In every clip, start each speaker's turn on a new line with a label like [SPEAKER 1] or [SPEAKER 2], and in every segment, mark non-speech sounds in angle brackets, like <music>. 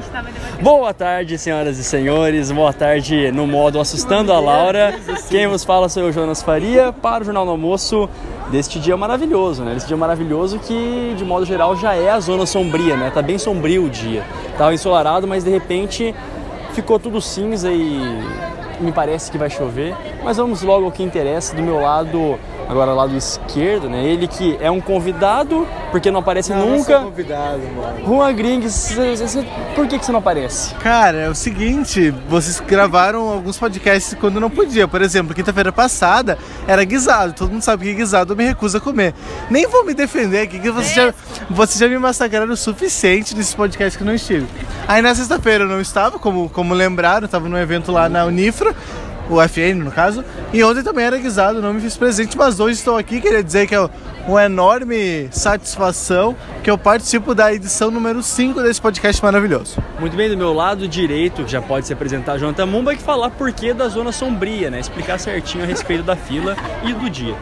[SPEAKER 1] estava debatendo.
[SPEAKER 2] Boa tarde, senhoras e senhores. Boa tarde no modo Assustando a Laura. Quem vos fala sou eu, Jonas Faria, para o Jornal do Almoço deste dia maravilhoso, né? Desse dia maravilhoso que, de modo geral, já é a zona sombria, né? Tá bem sombrio o dia. Tava ensolarado, mas de repente ficou tudo cinza e me parece que vai chover, mas vamos logo ao que interessa. Do meu lado, agora ao lado esquerdo, né? Ele que é um convidado, porque não aparece
[SPEAKER 3] Não, é eu sou
[SPEAKER 2] nunca.
[SPEAKER 3] convidado, mano.
[SPEAKER 2] Juan Gringues, cê- cê- cê- por que, que você não aparece?
[SPEAKER 3] Cara, é o seguinte, vocês gravaram alguns podcasts quando não podia. Por exemplo, quinta-feira passada era guisado. Todo mundo sabe que guisado eu me recuso a comer. Nem vou me defender aqui, que vocês já, vocês já me massacraram o suficiente nesses podcasts que eu não estive. Aí na sexta-feira eu não estava, como, como lembraram, eu estava num evento lá na Unifra. O FN, no caso. E ontem também era guisado, não me fiz presente, mas hoje estou aqui. Queria dizer que é uma enorme satisfação que eu participo da edição número 5 desse podcast maravilhoso.
[SPEAKER 2] Muito bem, do meu lado direito, já pode se apresentar Jonathan Mumba e falar porquê da zona sombria, né? Explicar certinho a respeito da fila e do dia.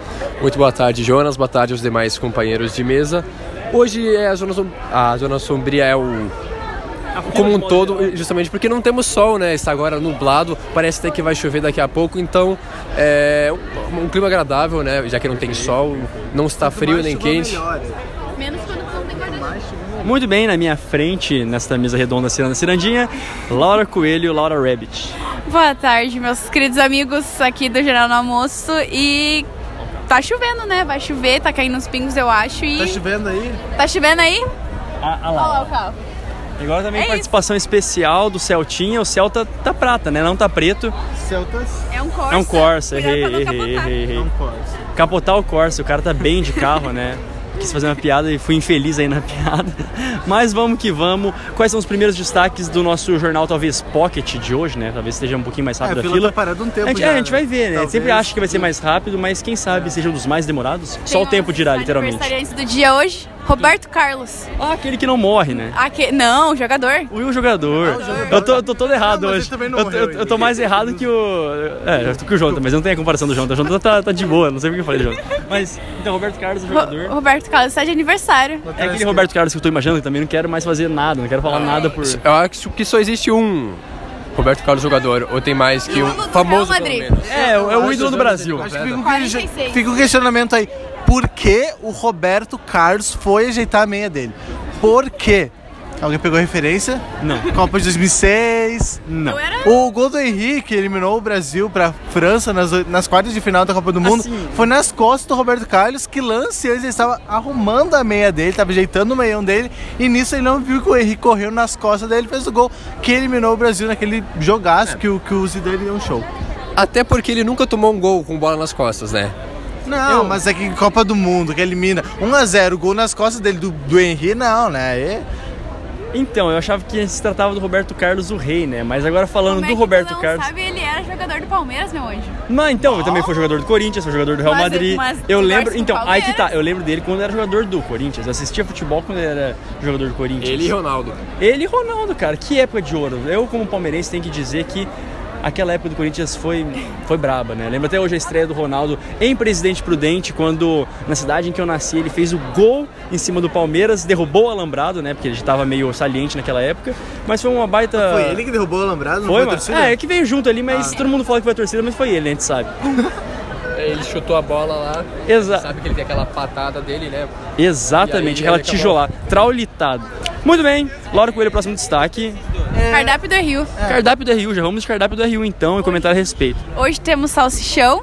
[SPEAKER 4] Muito boa tarde, Jonas. Boa tarde aos demais companheiros de mesa. Hoje é a zona, som- a zona sombria é o
[SPEAKER 2] A fila,
[SPEAKER 4] como
[SPEAKER 2] de
[SPEAKER 4] um
[SPEAKER 2] modo
[SPEAKER 4] todo,
[SPEAKER 2] geral,
[SPEAKER 4] justamente porque não temos sol, né? Está agora nublado, parece até que vai chover daqui a pouco, então é um, um clima agradável, né? Já que não tem sol, não está frio nem quente.
[SPEAKER 3] né?
[SPEAKER 1] Menos quando não tem guarda-chuva.
[SPEAKER 2] Muito bem, na minha frente, nesta mesa redonda Ciranda Cirandinha, Laura Coelho e Laura Rabbit.
[SPEAKER 1] Boa tarde, meus queridos amigos aqui do Geral no Almoço. E tá chovendo, né? Vai chover, tá caindo uns pingos, eu acho. E
[SPEAKER 3] Tá chovendo aí?
[SPEAKER 1] tá chovendo aí?
[SPEAKER 2] A, a
[SPEAKER 1] Olha
[SPEAKER 2] Laura.
[SPEAKER 1] lá o carro.
[SPEAKER 2] Ah, E Agora também
[SPEAKER 1] É
[SPEAKER 2] participação especial do Celtinha. O Celta tá prata, né? Não tá preto.
[SPEAKER 3] Celtas
[SPEAKER 1] É um Corsa.
[SPEAKER 2] É um Corsa.
[SPEAKER 1] Cuidado
[SPEAKER 2] Errei,
[SPEAKER 1] pra não
[SPEAKER 2] errei,
[SPEAKER 1] capotar.
[SPEAKER 2] errei, errei.
[SPEAKER 3] não Corsa.
[SPEAKER 2] Capotar o Corsa. O cara tá bem de carro, né? Quis fazer uma piada e fui infeliz aí na <laughs> piada. Mas vamos que vamos. Quais são os primeiros destaques do nosso jornal, talvez pocket de hoje, né? Talvez esteja um pouquinho mais
[SPEAKER 3] É, a
[SPEAKER 2] rápido a
[SPEAKER 3] fila
[SPEAKER 2] fila.
[SPEAKER 3] tá parada um tempo
[SPEAKER 2] a gente,
[SPEAKER 3] já,
[SPEAKER 2] é, a gente
[SPEAKER 3] né?
[SPEAKER 2] vai ver, né?
[SPEAKER 3] Talvez.
[SPEAKER 2] Sempre acha que vai ser mais rápido, mas quem sabe seja um dos mais demorados. Só o
[SPEAKER 1] Tem
[SPEAKER 2] tempo
[SPEAKER 1] nosso
[SPEAKER 2] dirá, literalmente.
[SPEAKER 1] aniversariante do dia hoje, Roberto Carlos.
[SPEAKER 2] Ah, aquele que não morre, né?
[SPEAKER 1] Aque... Não, jogador.
[SPEAKER 2] O Will jogador.
[SPEAKER 3] Ah, jogador.
[SPEAKER 2] Eu tô, eu tô todo errado
[SPEAKER 3] Não, mas ele
[SPEAKER 2] hoje.
[SPEAKER 3] também não
[SPEAKER 2] eu,
[SPEAKER 3] morreu
[SPEAKER 2] eu-
[SPEAKER 3] ainda.
[SPEAKER 2] eu tô mais errado que o. É, que o Jonathan, mas eu não tenho a comparação do Jonathan. O Jonathan tá, tá de boa, não sei porque eu falei Jonathan. Mas, então, Roberto Carlos é
[SPEAKER 1] Ro-
[SPEAKER 2] jogador.
[SPEAKER 1] Roberto Carlos está de aniversário.
[SPEAKER 2] É aquele Roberto Carlos que eu tô imaginando que também não quero mais fazer nada, não quero falar nada por.
[SPEAKER 4] Eu acho que só existe um Roberto Carlos jogador, ou tem mais que um
[SPEAKER 1] Ídolo do
[SPEAKER 4] famoso
[SPEAKER 1] Real
[SPEAKER 4] pelo
[SPEAKER 1] Madrid.
[SPEAKER 4] menos.
[SPEAKER 2] É, é o ídolo do Brasil.
[SPEAKER 3] Acho que fica um,
[SPEAKER 1] 46.
[SPEAKER 3] queixa- fica um questionamento aí. Por que o Roberto Carlos foi ajeitar a meia dele? Por quê? Alguém pegou a referência?
[SPEAKER 2] Não.
[SPEAKER 3] Copa de 2006.
[SPEAKER 2] Não.
[SPEAKER 1] Eu era
[SPEAKER 3] O gol do Henrique eliminou o Brasil pra França nas, oi- nas quartas de final da Copa do Mundo.
[SPEAKER 2] Assim.
[SPEAKER 3] Foi nas costas do Roberto Carlos que lance antes ele estava arrumando a meia dele, estava ajeitando o meião dele. E nisso ele não viu que o Henrique correu nas costas dele, fez o gol que eliminou o Brasil naquele jogaço que, o, que o Zidane deu um show.
[SPEAKER 4] Até porque ele nunca tomou um gol com bola nas costas, né?
[SPEAKER 3] Não, mas é que Copa do Mundo, que elimina 1x0, gol nas costas dele do, do Henrique, não, né? E-
[SPEAKER 2] Então, eu achava que se tratava do Roberto Carlos, o rei, né? Mas agora falando
[SPEAKER 1] Como é
[SPEAKER 2] do
[SPEAKER 1] que
[SPEAKER 2] Roberto
[SPEAKER 1] tu não
[SPEAKER 2] Carlos.
[SPEAKER 1] sabe, ele era jogador do Palmeiras, meu anjo.
[SPEAKER 2] Mas então, eu também fui jogador do Corinthians, fui jogador do Real
[SPEAKER 1] Mas- é
[SPEAKER 2] Madrid.
[SPEAKER 1] mas
[SPEAKER 2] eu
[SPEAKER 1] tu
[SPEAKER 2] lembro.
[SPEAKER 1] torce pro
[SPEAKER 2] Então, aí que tá,
[SPEAKER 1] Palmeiras?
[SPEAKER 2] eu lembro dele quando era jogador do Corinthians. Eu assistia futebol quando ele era jogador do Corinthians.
[SPEAKER 1] é
[SPEAKER 4] Ele e Ronaldo.
[SPEAKER 2] Ele e Ronaldo, cara, que época de ouro. Eu, como palmeirense, tenho que dizer que aquela época do Corinthians foi, foi braba, né? Lembro até hoje a estreia do Ronaldo em Presidente Prudente, quando na cidade em que eu nasci ele fez o gol em cima do Palmeiras, derrubou o Alambrado, né? Porque ele já tava meio saliente naquela época. Mas foi uma baita.
[SPEAKER 3] Foi ele que derrubou o Alambrado, não
[SPEAKER 2] Foi,
[SPEAKER 3] foi, a
[SPEAKER 2] mano?
[SPEAKER 3] torcida? Ah.
[SPEAKER 2] É, é que veio junto ali, mas todo mundo fala que foi a torcida, mas foi ele, né? A gente sabe.
[SPEAKER 4] Ele chutou a bola lá,
[SPEAKER 2] Exato.
[SPEAKER 4] sabe que ele tem aquela patada dele, né?
[SPEAKER 2] Exatamente,
[SPEAKER 4] E aí,
[SPEAKER 2] aquela
[SPEAKER 4] ele acabou.
[SPEAKER 2] tijolada, traulitado. Muito bem, Laura Coelho, próximo destaque. É.
[SPEAKER 1] Cardápio do Rio.
[SPEAKER 2] Cardápio do RU, já vamos de cardápio do RU então e comentar a respeito.
[SPEAKER 1] Hoje temos salsichão,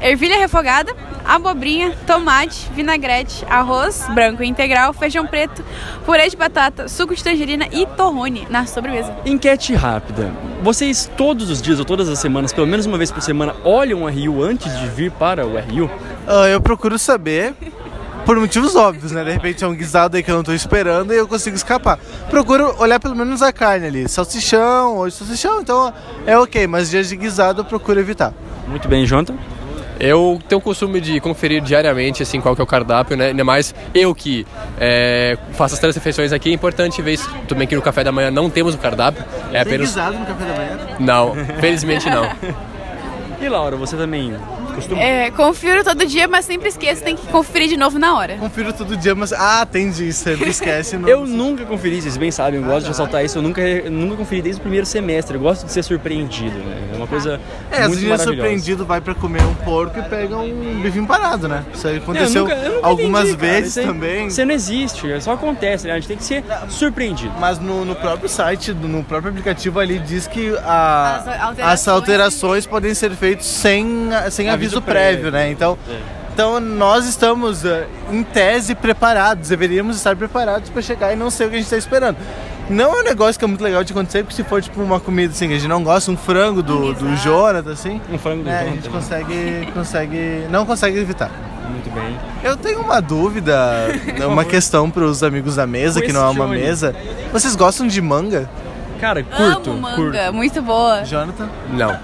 [SPEAKER 1] ervilha refogada, abobrinha, tomate, vinagrete, arroz branco integral, feijão preto, purê de batata, suco de tangerina e torrone na sobremesa.
[SPEAKER 2] Enquete rápida. Vocês todos os dias ou todas as semanas, pelo menos uma vez por semana, olham o RU antes de vir para o RU?
[SPEAKER 3] Ah, eu procuro saber por motivos óbvios, né? De repente é um guisado aí que eu não tô esperando e eu consigo escapar. Procuro olhar pelo menos a carne ali. Salsichão, hoje salsichão, então é ok, mas dias de guisado eu procuro evitar.
[SPEAKER 2] Muito bem, Jonathan.
[SPEAKER 4] Eu tenho o costume de conferir diariamente assim qual que é o cardápio, né? Ainda mais eu que é, faço as três refeições aqui. É importante ver isso também que no café da manhã não temos o cardápio. É apenas
[SPEAKER 3] guisado no café da manhã?
[SPEAKER 4] não, felizmente não.
[SPEAKER 2] E Laura, você também Costuma.
[SPEAKER 1] É, confiro todo dia, mas sempre esqueço, tem que conferir de novo na hora.
[SPEAKER 3] Confiro todo dia, mas. Ah, entendi.
[SPEAKER 2] <laughs>
[SPEAKER 3] Sempre esquece. Não,
[SPEAKER 2] Eu nunca conferi, vocês bem sabem, eu gosto de ressaltar isso. Eu nunca, eu nunca conferi desde o primeiro semestre. Eu gosto de ser surpreendido, né? É uma coisa
[SPEAKER 3] É, às
[SPEAKER 2] muito
[SPEAKER 3] vezes
[SPEAKER 2] maravilhosa.
[SPEAKER 3] surpreendido vai pra comer um porco e pega um bifinho parado, né? Isso aí aconteceu
[SPEAKER 2] nunca- É, eu nunca
[SPEAKER 3] algumas
[SPEAKER 2] entendi, cara.
[SPEAKER 3] vezes
[SPEAKER 2] Isso aí-
[SPEAKER 3] também.
[SPEAKER 2] Isso aí não existe, só acontece, né? A gente tem que ser surpreendido.
[SPEAKER 3] Mas no, no próprio site, do- no próprio aplicativo ali diz que a-
[SPEAKER 1] As alterações-
[SPEAKER 3] as alterações podem ser feitas sem, sem aviso,
[SPEAKER 2] Aviso
[SPEAKER 3] prévio,
[SPEAKER 2] prévio, É.
[SPEAKER 3] né? Então, então nós estamos, eh, em tese, preparados, deveríamos estar preparados para chegar e não ser o que a gente está esperando. Não é um negócio que é muito legal de acontecer, porque se for tipo uma comida assim que a gente não gosta, um frango do, do
[SPEAKER 1] Exato.
[SPEAKER 3] Jonathan, assim,
[SPEAKER 2] Um frango do
[SPEAKER 3] né, a
[SPEAKER 2] Jonathan,
[SPEAKER 3] gente
[SPEAKER 2] né?
[SPEAKER 3] consegue, consegue, não consegue evitar.
[SPEAKER 2] Muito bem.
[SPEAKER 3] Eu tenho uma dúvida, uma questão para os amigos da mesa, que não é uma
[SPEAKER 2] Questione.
[SPEAKER 3] mesa. Vocês gostam de manga?
[SPEAKER 2] Cara, curto.
[SPEAKER 1] Amo manga,
[SPEAKER 2] curto.
[SPEAKER 1] muito boa.
[SPEAKER 3] Jonathan?
[SPEAKER 4] Não.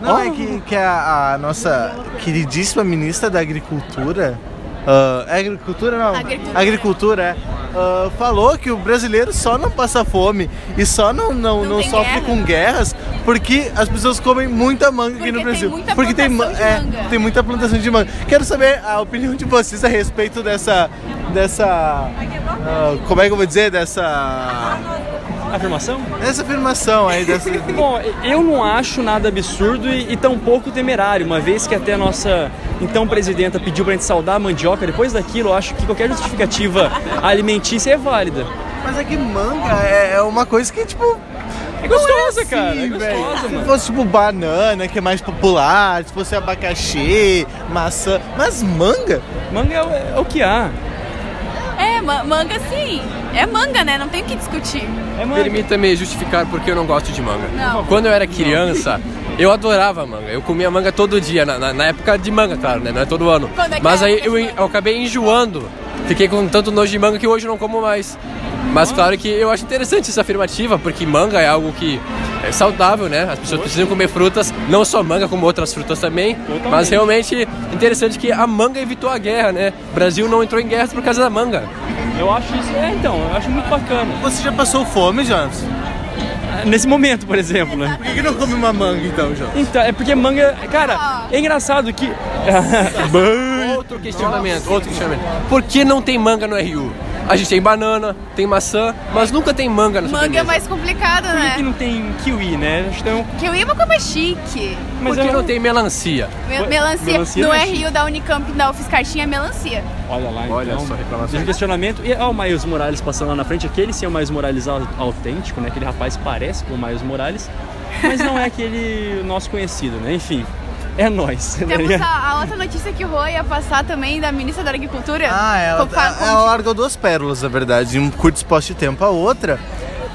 [SPEAKER 3] Não
[SPEAKER 1] Ah.
[SPEAKER 3] é que, que a, a nossa queridíssima ministra da Agricultura. ah, é agricultura não?
[SPEAKER 1] Agricultura.
[SPEAKER 3] Agricultura, é. Ah, falou que o brasileiro só não passa fome e só não, não,
[SPEAKER 1] Não
[SPEAKER 3] não
[SPEAKER 1] tem
[SPEAKER 3] sofre
[SPEAKER 1] guerra.
[SPEAKER 3] com guerras porque as pessoas comem muita manga aqui
[SPEAKER 1] Porque
[SPEAKER 3] no
[SPEAKER 1] tem
[SPEAKER 3] Brasil.
[SPEAKER 1] muita
[SPEAKER 3] porque tem, ma-
[SPEAKER 1] plantação de
[SPEAKER 3] é,
[SPEAKER 1] manga.
[SPEAKER 3] tem muita plantação de manga. Quero saber a opinião de vocês a respeito dessa. dessa. ah, como é que eu vou dizer? Dessa.
[SPEAKER 2] Afirmação?
[SPEAKER 3] dessa afirmação aí.
[SPEAKER 1] <laughs>
[SPEAKER 3] Dessa,
[SPEAKER 2] Bom, eu não acho nada absurdo e, e tampouco temerário, uma vez que até a nossa então presidenta pediu pra gente saudar a mandioca, depois daquilo eu acho que qualquer justificativa alimentícia é válida.
[SPEAKER 3] mas é que manga é- é uma coisa que, tipo,
[SPEAKER 2] É gostosa, cara, é
[SPEAKER 3] Sim, assim, velho.
[SPEAKER 2] gostosa,
[SPEAKER 3] Se
[SPEAKER 2] mano.
[SPEAKER 3] fosse tipo banana, que é mais popular, se fosse abacaxi, maçã, mas manga?
[SPEAKER 2] Manga é, o- é o que há.
[SPEAKER 1] É, ma- manga sim. É manga, né? Não tem o que discutir.
[SPEAKER 2] É manga.
[SPEAKER 4] Permita-me justificar porque eu não gosto de manga.
[SPEAKER 1] Não.
[SPEAKER 4] Quando eu era criança, eu adorava manga. Eu comia manga todo dia, na, na- na época de manga, claro, né? Não é todo ano.
[SPEAKER 1] Quando é que
[SPEAKER 4] Mas
[SPEAKER 1] é a
[SPEAKER 4] aí
[SPEAKER 1] época
[SPEAKER 4] eu,
[SPEAKER 1] de
[SPEAKER 4] en-
[SPEAKER 1] manga?
[SPEAKER 4] eu acabei enjoando. Fiquei com tanto nojo de manga que hoje eu não como mais. Mas claro que eu acho interessante essa afirmativa, porque manga é algo que é saudável, né? As pessoas precisam comer frutas, não só manga, como outras frutas também. Mas realmente interessante que a manga evitou a guerra, né? O Brasil não entrou em guerra por causa da manga.
[SPEAKER 2] Eu acho isso, é então, eu acho muito bacana.
[SPEAKER 3] Você já passou fome, Jonas?
[SPEAKER 2] Nesse momento, por exemplo, né?
[SPEAKER 3] Por que, que não come uma manga então, Jonas?
[SPEAKER 2] Então, é porque manga. Cara, é engraçado que. <laughs>
[SPEAKER 4] Outro questionamento, outro questionamento. Por que não tem manga no RU? A gente tem banana, tem maçã, mas nunca tem manga no
[SPEAKER 1] Manga é mais complicado,
[SPEAKER 2] Por que que
[SPEAKER 1] né?
[SPEAKER 2] não tem kiwi, né? Acho que tem um-
[SPEAKER 1] Que eu ia uma coisa chique.
[SPEAKER 4] Por
[SPEAKER 2] Mas
[SPEAKER 4] que
[SPEAKER 2] é
[SPEAKER 4] não
[SPEAKER 2] um-
[SPEAKER 4] tem melancia?
[SPEAKER 1] Me- Melancia,
[SPEAKER 2] melancia
[SPEAKER 1] no
[SPEAKER 2] não é
[SPEAKER 1] RU da Unicamp da UFSCar tinha melancia.
[SPEAKER 2] Olha lá,
[SPEAKER 4] Olha
[SPEAKER 2] então.
[SPEAKER 4] só, reclamação.
[SPEAKER 2] Teve um questionamento. E ó, o Miles Morales passando lá na frente. Aquele sim é o Miles Morales au- autêntico, né? Aquele rapaz parece com o Miles Morales, mas não é aquele nosso conhecido, né? Enfim, é nós. <laughs>
[SPEAKER 1] Temos a, a outra notícia que o Rô ia passar também da ministra da Agricultura.
[SPEAKER 3] Ah,
[SPEAKER 1] <laughs>
[SPEAKER 3] ela,
[SPEAKER 1] Com- fa- com-
[SPEAKER 3] ela largou duas pérolas, na verdade, em um curto espaço de tempo. A outra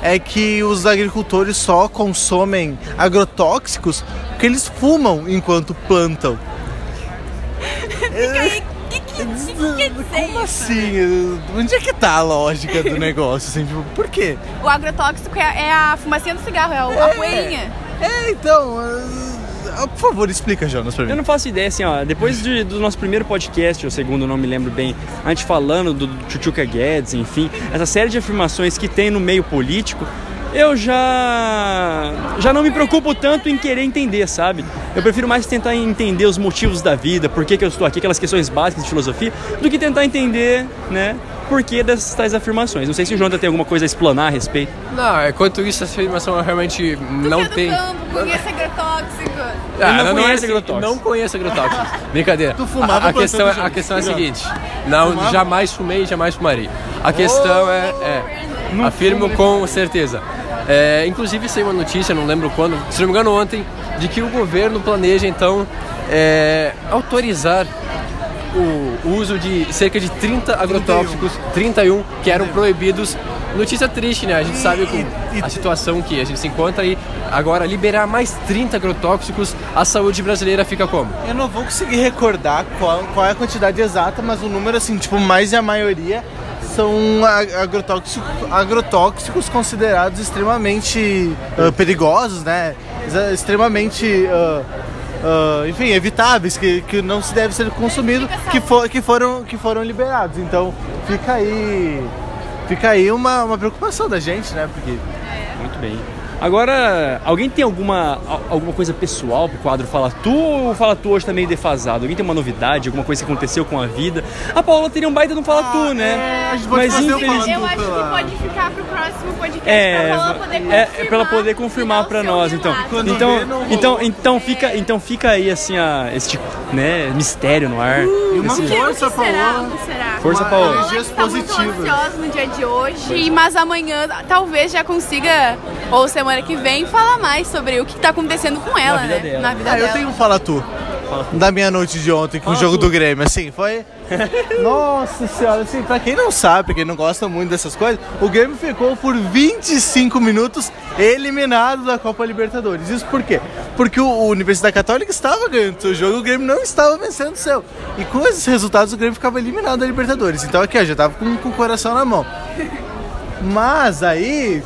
[SPEAKER 3] é que os agricultores só consomem agrotóxicos porque eles fumam enquanto
[SPEAKER 1] <laughs>
[SPEAKER 3] plantam.
[SPEAKER 1] Que- que- que- que quer dizer
[SPEAKER 3] Como
[SPEAKER 1] isso?
[SPEAKER 3] assim? Onde é que tá a lógica
[SPEAKER 1] <laughs>
[SPEAKER 3] do negócio? Assim, tipo, por quê?
[SPEAKER 1] O agrotóxico é, é a fumacinha do cigarro, é o- a poeirinha.
[SPEAKER 3] É, então. ah, Por favor, explica, Jonas, pra mim.
[SPEAKER 2] Eu não faço ideia, assim, ó. Depois de- do nosso primeiro podcast, ou segundo, não me lembro bem, a gente falando do Chuchuca Guedes, enfim, essa série de afirmações que tem no meio político, eu já. já não me preocupo tanto em querer entender, sabe? Eu prefiro mais tentar entender os motivos da vida, por que, que eu estou aqui, aquelas questões básicas de filosofia, do que tentar entender, né? Por que dessas tais afirmações? Não sei se o Jonathan tem alguma coisa a explanar a respeito.
[SPEAKER 4] Não, enquanto isso, essa afirmação eu realmente
[SPEAKER 1] Tu que
[SPEAKER 4] não
[SPEAKER 1] é do
[SPEAKER 4] tem.
[SPEAKER 1] campo, conhece agrotóxico.
[SPEAKER 2] não
[SPEAKER 4] ela
[SPEAKER 2] conhece
[SPEAKER 4] é-
[SPEAKER 2] agrotóxicos.
[SPEAKER 4] Não conheço agrotóxicos. Brincadeira.
[SPEAKER 3] Tu fumava
[SPEAKER 4] a, a questão,
[SPEAKER 3] plantando
[SPEAKER 4] a questão é a
[SPEAKER 3] junto.
[SPEAKER 4] seguinte. Não, jamais fumei e jamais fumarei. A questão é, é, Afirmo com certeza. É, inclusive saiu uma notícia, não lembro quando, se não me engano ontem, de que o governo planeja então é, autorizar o uso de cerca de 30 agrotóxicos, 31, que eram proibidos. Notícia triste, né? A gente sabe com
[SPEAKER 3] e-
[SPEAKER 4] a situação que a gente se encontra e agora liberar mais 30 agrotóxicos, a saúde brasileira fica como?
[SPEAKER 3] Eu não vou conseguir recordar qual, qual é a quantidade exata, mas o número, assim, tipo, mais e a maioria são a- agrotóxicos, agrotóxicos considerados extremamente ah, perigosos, né? Exa- Extremamente. ah, ah, enfim, evitáveis, que, que não se deve ser consumido, que, fo- que, foram, que foram liberados. Então fica aí. Fica aí uma, uma preocupação da gente, né? Porque
[SPEAKER 2] Muito bem. Agora, alguém tem alguma, al- alguma coisa pessoal pro quadro Fala Tu ou o Fala Tu hoje tá meio defasado? Alguém tem uma novidade, alguma coisa que aconteceu com a vida? A Paula teria um baita no Fala Tu, né?
[SPEAKER 3] é, a gente pode fazer o Fala Tu.
[SPEAKER 1] Eu acho
[SPEAKER 3] pela-
[SPEAKER 1] que pode ficar pro próximo podcast
[SPEAKER 2] É,
[SPEAKER 1] pra ela poder confirmar.
[SPEAKER 2] é, é pra ela poder confirmar
[SPEAKER 1] e dar o
[SPEAKER 2] pra
[SPEAKER 1] seu
[SPEAKER 2] nós, então.
[SPEAKER 1] relato.
[SPEAKER 3] Quando
[SPEAKER 2] Então,
[SPEAKER 3] vê, não rolou.
[SPEAKER 2] então, então fica, então fica aí assim a este, né, mistério no ar.
[SPEAKER 3] uma
[SPEAKER 2] Esse-
[SPEAKER 1] Que- o que
[SPEAKER 3] Força,
[SPEAKER 1] será?
[SPEAKER 3] Paola.
[SPEAKER 1] O que será?
[SPEAKER 2] Força,
[SPEAKER 3] Uma
[SPEAKER 2] Paola.
[SPEAKER 1] Paola
[SPEAKER 3] energia
[SPEAKER 1] que tá muito
[SPEAKER 3] positiva.
[SPEAKER 1] ansiosa no dia de hoje, mas amanhã talvez já consiga, ou semana que vem, falar mais sobre o que tá acontecendo com ela,
[SPEAKER 2] vida
[SPEAKER 1] né?
[SPEAKER 2] dela.
[SPEAKER 1] Na vida
[SPEAKER 3] Ah,
[SPEAKER 1] dela.
[SPEAKER 3] eu tenho um Fala Tu. Da minha noite de ontem com
[SPEAKER 2] Fala
[SPEAKER 3] o jogo
[SPEAKER 2] tu.
[SPEAKER 3] do Grêmio, assim,
[SPEAKER 2] <laughs>
[SPEAKER 3] foi. Nossa senhora, assim, pra quem não sabe, pra quem não gosta muito dessas coisas, o Grêmio ficou por 25 minutos eliminado da Copa Libertadores. Isso por quê? Porque o, o Universidade Católica estava ganhando seu jogo, o Grêmio não estava vencendo o seu. E com esses resultados, o Grêmio ficava eliminado da Libertadores. Então aqui, ó, já tava com, com o coração na mão. Mas aí.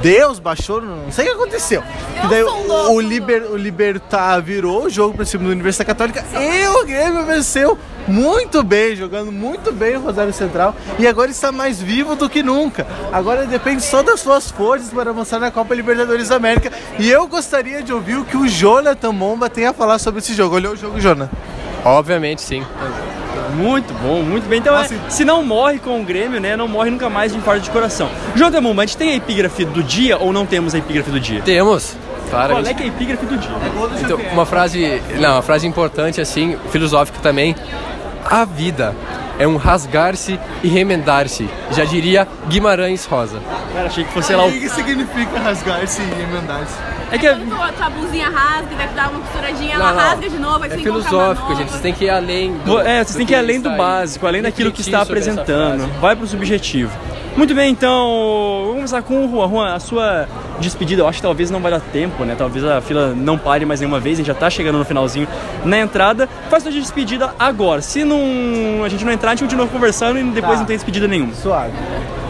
[SPEAKER 3] Deus baixou, não sei o que aconteceu. E daí
[SPEAKER 1] sou louco.
[SPEAKER 3] o, Liber, o Libertar virou o jogo pra cima do Universidade Católica e o Grêmio venceu muito bem, jogando muito bem o Rosário Central e agora está mais vivo do que nunca. Agora depende só das suas forças para mostrar na Copa Libertadores da América e eu gostaria de ouvir o que o Jonathan Momba tem a falar sobre esse jogo. Olhou o jogo, Jonathan?
[SPEAKER 4] Obviamente sim.
[SPEAKER 2] Muito bom, muito bem. Então,
[SPEAKER 3] Nossa,
[SPEAKER 2] é, se não morre com o Grêmio, né, não morre nunca mais de infarto de coração. Jonathan Mumba, a gente tem a epígrafe do dia ou não temos a epígrafe do dia?
[SPEAKER 4] Temos. Claro,
[SPEAKER 2] Qual
[SPEAKER 4] gente.
[SPEAKER 2] é que é a epígrafe do dia?
[SPEAKER 4] Então, uma frase, não, uma frase importante assim, filosófica também. A vida é um rasgar-se e remendar-se. Já diria Guimarães Rosa.
[SPEAKER 2] Cara, achei que fosse sei lá o...
[SPEAKER 3] que significa rasgar-se e emendar-se?
[SPEAKER 2] É que é...
[SPEAKER 1] Quando a tua blusinha rasga, deve dar uma costuradinha,
[SPEAKER 4] Não,
[SPEAKER 1] ela
[SPEAKER 4] não.
[SPEAKER 1] rasga de novo, aí
[SPEAKER 4] É
[SPEAKER 1] você encontra uma
[SPEAKER 4] filosófico,
[SPEAKER 1] nova.
[SPEAKER 4] gente. Vocês têm que ir além do.
[SPEAKER 2] É, vocês têm que ir além do básico, além daquilo que está apresentando. Vai pro subjetivo. Muito bem, então, vamos começar com o Juan. Juan, a sua despedida, eu acho que talvez não vai dar tempo, né? Talvez a fila não pare mais nenhuma vez, a gente já tá chegando no finalzinho na entrada. Faz sua despedida agora. Se não a gente não entrar, a gente continua conversando e depois
[SPEAKER 3] Tá.
[SPEAKER 2] não tem despedida nenhuma.
[SPEAKER 3] Suave.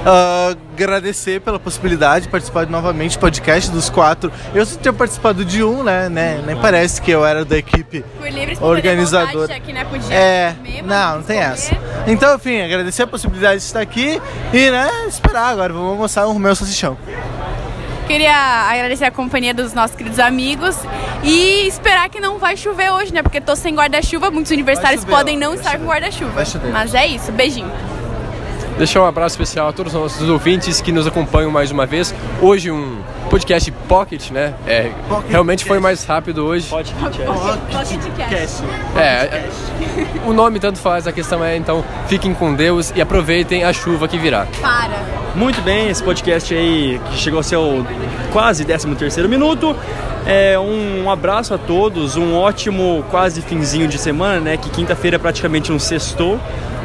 [SPEAKER 3] Ah, agradecer pela possibilidade de participar novamente do podcast dos quatro. Eu só tinha participado de um, né? né? Nem parece que eu era da equipe.
[SPEAKER 1] Por livre
[SPEAKER 3] Organizador.
[SPEAKER 1] organizador. Aqui, né? Podia
[SPEAKER 3] É,
[SPEAKER 1] comer, mas
[SPEAKER 3] não, não
[SPEAKER 1] quis
[SPEAKER 3] tem
[SPEAKER 1] comer.
[SPEAKER 3] essa. Então, enfim, agradecer a possibilidade de estar aqui e, né, esperar agora. Vamos almoçar o meu salsichão.
[SPEAKER 1] Queria agradecer a companhia dos nossos queridos amigos e esperar que não vai chover hoje, né? Porque tô sem guarda-chuva, muitos universitários
[SPEAKER 3] chover,
[SPEAKER 1] podem
[SPEAKER 3] ó,
[SPEAKER 1] não
[SPEAKER 3] vai
[SPEAKER 1] estar com guarda-chuva.
[SPEAKER 3] Vai chover.
[SPEAKER 1] Mas é isso, beijinho.
[SPEAKER 4] Deixar um abraço especial a todos os nossos ouvintes que nos acompanham mais uma vez. Hoje um podcast pocket, né? É,
[SPEAKER 3] Pocket
[SPEAKER 4] realmente foi
[SPEAKER 3] cast.
[SPEAKER 4] mais rápido hoje.
[SPEAKER 2] Pode,
[SPEAKER 1] Podcast.
[SPEAKER 4] É, é, o nome tanto faz, a questão é então fiquem com Deus e aproveitem a chuva que virá.
[SPEAKER 1] Para.
[SPEAKER 2] Muito bem, esse podcast aí que chegou ao seu quase 13 terceiro minuto. É, um abraço a todos, um ótimo quase finzinho de semana, né? Que quinta-feira é praticamente um sextou.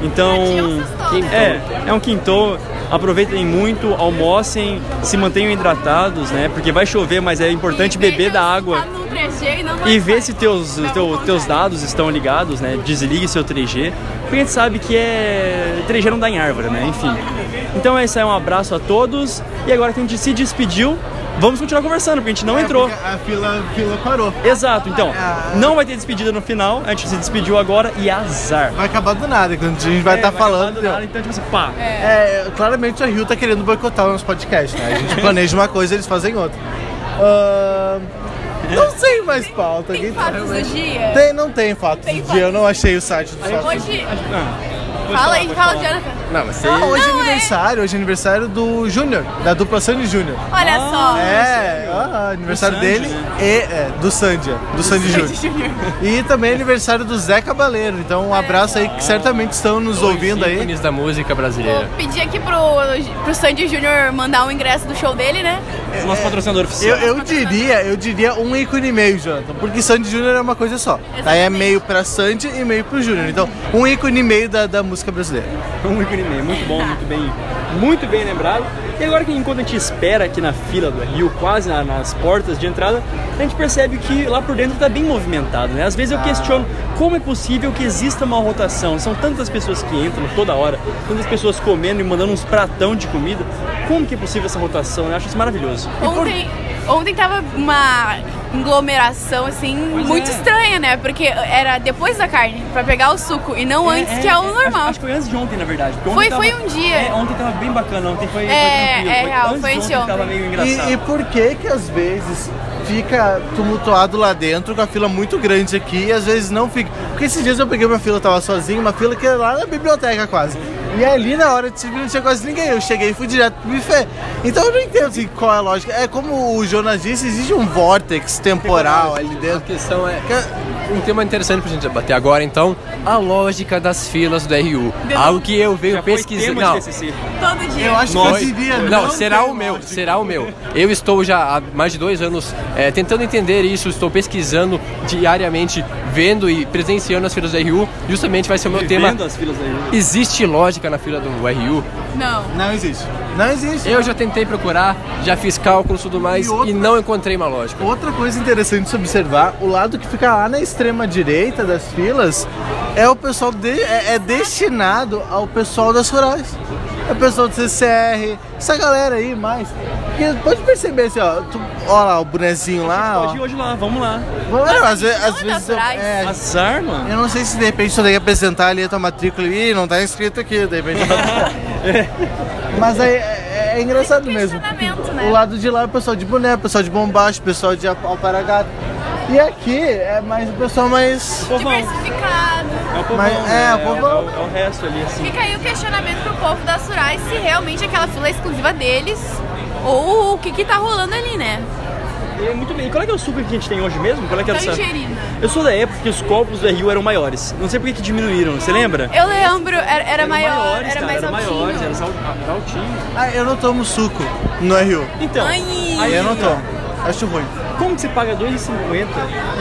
[SPEAKER 2] Então.
[SPEAKER 1] Pra ti é um sextou, né?
[SPEAKER 2] É, é um quintou. Aproveitem muito, almocem, se mantenham hidratados, né? Porque vai chover, mas é importante
[SPEAKER 1] E
[SPEAKER 2] beber
[SPEAKER 1] veja
[SPEAKER 2] da
[SPEAKER 1] se
[SPEAKER 2] água.
[SPEAKER 1] tá no 3G e não vai
[SPEAKER 2] E ver
[SPEAKER 1] sair.
[SPEAKER 2] se teus,
[SPEAKER 1] Não,
[SPEAKER 2] teu,
[SPEAKER 1] não
[SPEAKER 2] teus
[SPEAKER 1] vai.
[SPEAKER 2] dados estão ligados, né? Desligue seu 3G. Porque a gente sabe que é 3G não dá em árvore, né? Enfim. Então é isso aí, um abraço a todos. E agora que a gente se despediu, vamos continuar conversando, porque a gente
[SPEAKER 3] É,
[SPEAKER 2] não entrou.
[SPEAKER 3] A fila, fila parou.
[SPEAKER 2] Exato, então,
[SPEAKER 3] Ah,
[SPEAKER 2] não vai ter despedida no final, a gente se despediu agora e azar.
[SPEAKER 3] Vai acabar do nada, quando a gente vai
[SPEAKER 2] É,
[SPEAKER 3] estar
[SPEAKER 2] acabar
[SPEAKER 3] falando.
[SPEAKER 2] do nada, então, tipo assim, pá.
[SPEAKER 3] É, claramente a Rio tá querendo boicotar o nosso podcast, né? A
[SPEAKER 1] <laughs>
[SPEAKER 3] gente planeja uma coisa, eles fazem outra. Ahn, não sei mais pauta.
[SPEAKER 1] Tem
[SPEAKER 3] quem tá-
[SPEAKER 1] fatos do dia?
[SPEAKER 3] Tem, não tem fato.
[SPEAKER 1] Tem
[SPEAKER 3] do
[SPEAKER 1] fato.
[SPEAKER 3] dia, eu não achei o site do fato.
[SPEAKER 1] Hoje.
[SPEAKER 2] Ah, pode falar,
[SPEAKER 1] Fala aí, fala,
[SPEAKER 2] pode falar.
[SPEAKER 1] Jonathan.
[SPEAKER 4] Não, mas
[SPEAKER 3] Ah, hoje é
[SPEAKER 1] Não, é.
[SPEAKER 3] aniversário, hoje é aniversário do Júnior, da dupla Sandy Júnior.
[SPEAKER 1] Olha
[SPEAKER 2] Ah,
[SPEAKER 1] só.
[SPEAKER 3] É, ah, aniversário
[SPEAKER 2] Do Sandy,
[SPEAKER 3] dele
[SPEAKER 2] né?
[SPEAKER 3] e é, do Sandy, do, Sandy Júnior. E também é aniversário do Zé Cabaleiro. Então um abraço aí que certamente estão nos ouvindo aí.
[SPEAKER 4] ícones da música brasileira.
[SPEAKER 1] Vou pedir aqui pro, pro Sandy Júnior mandar o ingresso do show dele, né?
[SPEAKER 3] É,
[SPEAKER 2] Nosso patrocinador oficial.
[SPEAKER 3] Eu, eu diria, eu diria um ícone e meio, Jonathan, porque Sandy Júnior é uma coisa só. Daí é meio pra Sandy e meio pro Júnior. Então, um ícone e meio da, da música brasileira.
[SPEAKER 2] Um ícone e meio, muito bom, muito bem, muito bem lembrado. E agora que enquanto a gente espera aqui na fila do Rio, quase na- nas portas de entrada, a gente percebe que lá por dentro está bem movimentado, né? Às vezes eu questiono como é possível que exista uma rotação. São tantas pessoas que entram toda hora, tantas pessoas comendo e mandando uns pratão de comida. Como que é possível essa rotação? né? Eu acho isso maravilhoso.
[SPEAKER 1] Ontem, ontem tava uma aglomeração, assim, muito
[SPEAKER 2] é.
[SPEAKER 1] estranha, né? Porque era depois da carne, pra pegar o suco, e não antes, que é o normal.
[SPEAKER 2] Acho, acho que foi antes de ontem, na verdade. porque
[SPEAKER 1] Foi-
[SPEAKER 2] ontem tava-
[SPEAKER 1] foi um dia.
[SPEAKER 2] É, ontem tava bem bacana, ontem foi, foi
[SPEAKER 1] É,
[SPEAKER 2] tranquilo.
[SPEAKER 1] é real,
[SPEAKER 2] antes
[SPEAKER 1] foi
[SPEAKER 2] de
[SPEAKER 1] antes de
[SPEAKER 2] ontem. Tava
[SPEAKER 1] ontem.
[SPEAKER 2] meio engraçado.
[SPEAKER 3] E, e por que que às vezes fica tumultuado lá dentro com a fila muito grande aqui e às vezes não fica? Porque esses dias eu peguei uma fila, eu tava sozinho, uma fila que era lá na biblioteca quase. E ali na hora de servir não tinha quase ninguém, eu cheguei e fui direto pro buffet. Então eu não entendo assim, qual é a lógica. É como o Jonas disse, existe um vórtex temporal ali
[SPEAKER 4] A
[SPEAKER 3] dentro.
[SPEAKER 4] questão é.
[SPEAKER 3] Que-
[SPEAKER 4] Um tema interessante pra gente debater agora, então, a lógica das filas do RU. Algo que eu venho
[SPEAKER 2] Já foi
[SPEAKER 4] pesquisar.
[SPEAKER 2] tema de
[SPEAKER 4] Não,
[SPEAKER 2] TCC.
[SPEAKER 1] Todo dia.
[SPEAKER 3] Eu acho que eu
[SPEAKER 4] Nós-
[SPEAKER 3] diria,
[SPEAKER 4] Não, será
[SPEAKER 3] tem
[SPEAKER 4] o meu,
[SPEAKER 3] lógica.
[SPEAKER 4] será o meu. Eu estou já há mais de dois anos eh, tentando entender isso, estou pesquisando diariamente, vendo e presenciando as filas do RU. Justamente vai ser o meu tema.
[SPEAKER 2] Vendo as filas aí. né?
[SPEAKER 4] Existe lógica na fila do RU?
[SPEAKER 1] Não.
[SPEAKER 3] Não existe. Não existe.
[SPEAKER 4] Eu já tentei procurar, já fiz cálculos e tudo mais
[SPEAKER 3] E outra-
[SPEAKER 4] e não encontrei uma lógica.
[SPEAKER 3] Outra coisa interessante de se observar, o lado que fica lá na extrema direita das filas é o pessoal de- é, é destinado ao pessoal das rurais. É o pessoal do CCR, essa galera aí mais. Porque pode perceber assim, ó, tu, ó lá o bonezinho lá, ó.
[SPEAKER 2] Pode ir hoje lá, vamos lá.
[SPEAKER 3] Vamos lá, às, ve-
[SPEAKER 1] Todas
[SPEAKER 3] às vezes eu,
[SPEAKER 1] rurais.
[SPEAKER 3] é,
[SPEAKER 2] Azar, mano.
[SPEAKER 3] eu não sei se de repente tu tem que apresentar ali a tua matrícula e "Ih, não tá inscrito aqui, de repente. Mas aí é, é engraçado
[SPEAKER 1] É
[SPEAKER 3] mesmo.
[SPEAKER 1] questionamento, né?
[SPEAKER 3] O lado de lá é o pessoal de boné, o pessoal de bombacho, o pessoal de al- alparagato. E aqui é mais o pessoal mais.
[SPEAKER 2] É Povão.
[SPEAKER 1] Diversificado.
[SPEAKER 2] É o povão.
[SPEAKER 3] Mas-
[SPEAKER 2] né?
[SPEAKER 3] é, o
[SPEAKER 2] o-
[SPEAKER 3] povão.
[SPEAKER 2] é o resto ali, assim.
[SPEAKER 1] Fica aí o questionamento pro povo da Surai se realmente aquela fila é exclusiva deles ou o que que tá rolando ali, né?
[SPEAKER 2] E, muito bem. E qual é, que é o suco que a gente tem hoje mesmo? Qual é que
[SPEAKER 1] Tá
[SPEAKER 2] era essa-
[SPEAKER 1] Tangerina.
[SPEAKER 2] Eu sou da época que os copos do Rio eram maiores. Não sei por que que diminuíram, você lembra?
[SPEAKER 1] Eu lembro, era, era
[SPEAKER 2] Eram
[SPEAKER 1] maior,
[SPEAKER 2] maiores,
[SPEAKER 1] era
[SPEAKER 2] cara,
[SPEAKER 1] mais
[SPEAKER 2] eram
[SPEAKER 1] altinho.
[SPEAKER 2] maiores, eram sal- era altinho.
[SPEAKER 3] Ah, eu não tomo suco no Rio.
[SPEAKER 2] Então,
[SPEAKER 1] Ai.
[SPEAKER 2] aí
[SPEAKER 3] Eu não
[SPEAKER 2] fica,
[SPEAKER 3] tomo. Acho ruim.
[SPEAKER 2] Como que você paga 2,50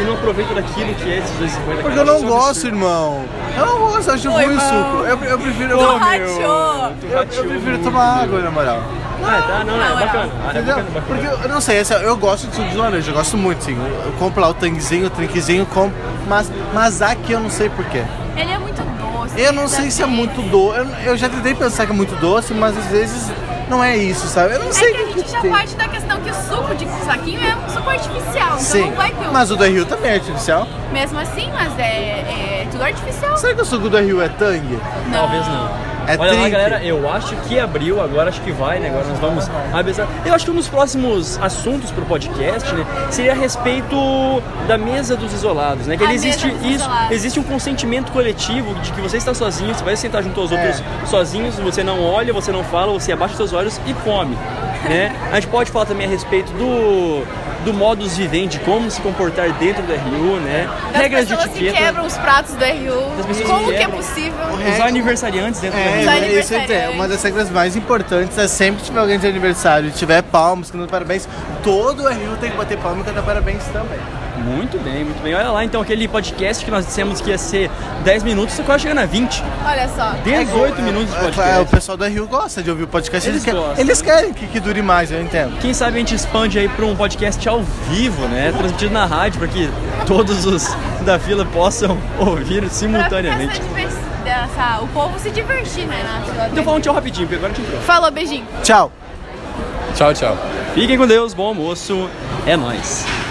[SPEAKER 2] e não aproveita daquilo que é esses 2,50?
[SPEAKER 3] Porque
[SPEAKER 2] cara?
[SPEAKER 3] eu não
[SPEAKER 2] Isso é um
[SPEAKER 3] gosto, irmão. Eu não gosto, acho
[SPEAKER 1] Oi,
[SPEAKER 3] ruim o
[SPEAKER 1] irmão.
[SPEAKER 3] suco. Eu, eu prefiro.
[SPEAKER 1] Tu
[SPEAKER 3] eu,
[SPEAKER 1] rachou.
[SPEAKER 2] absurdo. Tu
[SPEAKER 3] eu,
[SPEAKER 2] rateou
[SPEAKER 3] eu prefiro
[SPEAKER 2] muito.
[SPEAKER 3] tomar água, na moral.
[SPEAKER 2] Ah, tá, não,
[SPEAKER 1] Não,
[SPEAKER 2] é
[SPEAKER 1] não.
[SPEAKER 2] bacana. Ah, é
[SPEAKER 3] Entendeu?
[SPEAKER 2] bacana, bacana.
[SPEAKER 3] Porque eu não sei, essa- eu gosto de suco de laranja, eu gosto muito, sim. Eu compro lá o tanguezinho, o trinquezinho, compro. Mas, mas aqui eu não sei porquê.
[SPEAKER 1] Ele é muito doce.
[SPEAKER 3] Eu não sei se é muito doce. Eu, eu já tentei pensar que é muito doce, mas às vezes não é isso, sabe? Eu não
[SPEAKER 1] É
[SPEAKER 3] sei
[SPEAKER 1] que a
[SPEAKER 3] o que,
[SPEAKER 1] gente já
[SPEAKER 3] tem.
[SPEAKER 1] parte da questão que o suco de saquinho é um suco artificial, então
[SPEAKER 3] Sim,
[SPEAKER 1] não vai ter um.
[SPEAKER 3] mas o do Rio também é artificial.
[SPEAKER 1] Mesmo assim, mas é, é tudo artificial.
[SPEAKER 3] Será que o suco do Rio é tangue?
[SPEAKER 1] Não.
[SPEAKER 2] Talvez não.
[SPEAKER 3] É
[SPEAKER 2] Olha lá,
[SPEAKER 3] trinque.
[SPEAKER 2] galera, eu acho que abriu, agora acho que vai, né? Agora nós vamos abençoar. Eu acho que um dos próximos assuntos pro podcast, né, seria a respeito da mesa dos isolados, né? Que
[SPEAKER 1] A
[SPEAKER 2] ele
[SPEAKER 1] mesa
[SPEAKER 2] existe
[SPEAKER 1] dos
[SPEAKER 2] isso,
[SPEAKER 1] isolados.
[SPEAKER 2] existe um consentimento coletivo de que você está sozinho, você vai sentar junto
[SPEAKER 1] É.
[SPEAKER 2] aos outros sozinhos, você não olha, você não fala, você abaixa seus olhos e come, né? A gente pode falar também a respeito do do modus vivendi, como se comportar dentro do RU, né?
[SPEAKER 1] As pessoas que quebram os pratos do
[SPEAKER 2] Das pessoas
[SPEAKER 1] RU.
[SPEAKER 2] que
[SPEAKER 1] Como que é
[SPEAKER 2] quebram.
[SPEAKER 1] possível?
[SPEAKER 2] os aniversariantes dentro do RU.
[SPEAKER 1] Só
[SPEAKER 3] tipo, É, isso
[SPEAKER 1] aniversariante.
[SPEAKER 3] é uma das regras mais importantes é sempre que tiver alguém de aniversário, tiver palmas, que não parabéns, todo o Rio tem que bater palma e cantar parabéns também.
[SPEAKER 2] Muito bem, muito bem. Olha lá, então, aquele podcast que nós dissemos que ia ser 10 minutos, tá quase chegando a 20.
[SPEAKER 1] Olha só.
[SPEAKER 2] 18 minutos de
[SPEAKER 3] É, claro, o
[SPEAKER 2] podcast.
[SPEAKER 3] pessoal do Rio gosta de ouvir o podcast,
[SPEAKER 2] Eles
[SPEAKER 3] eles, querem-
[SPEAKER 2] gostam,
[SPEAKER 3] eles
[SPEAKER 2] né?
[SPEAKER 3] querem que, que dure mais, eu entendo.
[SPEAKER 2] Quem sabe a gente expande aí para um podcast ao vivo, né? Transmitido na rádio, para que todos os da fila possam <laughs> ouvir
[SPEAKER 1] Pra
[SPEAKER 2] simultaneamente.
[SPEAKER 1] ficar essa diversi- dessa- o povo se divertir, né, na fila do
[SPEAKER 2] Então fala um tchau rapidinho, porque agora a gente entrou.
[SPEAKER 1] Falou, beijinho.
[SPEAKER 3] Tchau.
[SPEAKER 4] Tchau, tchau.
[SPEAKER 2] Fiquem com Deus, bom almoço, é nóis.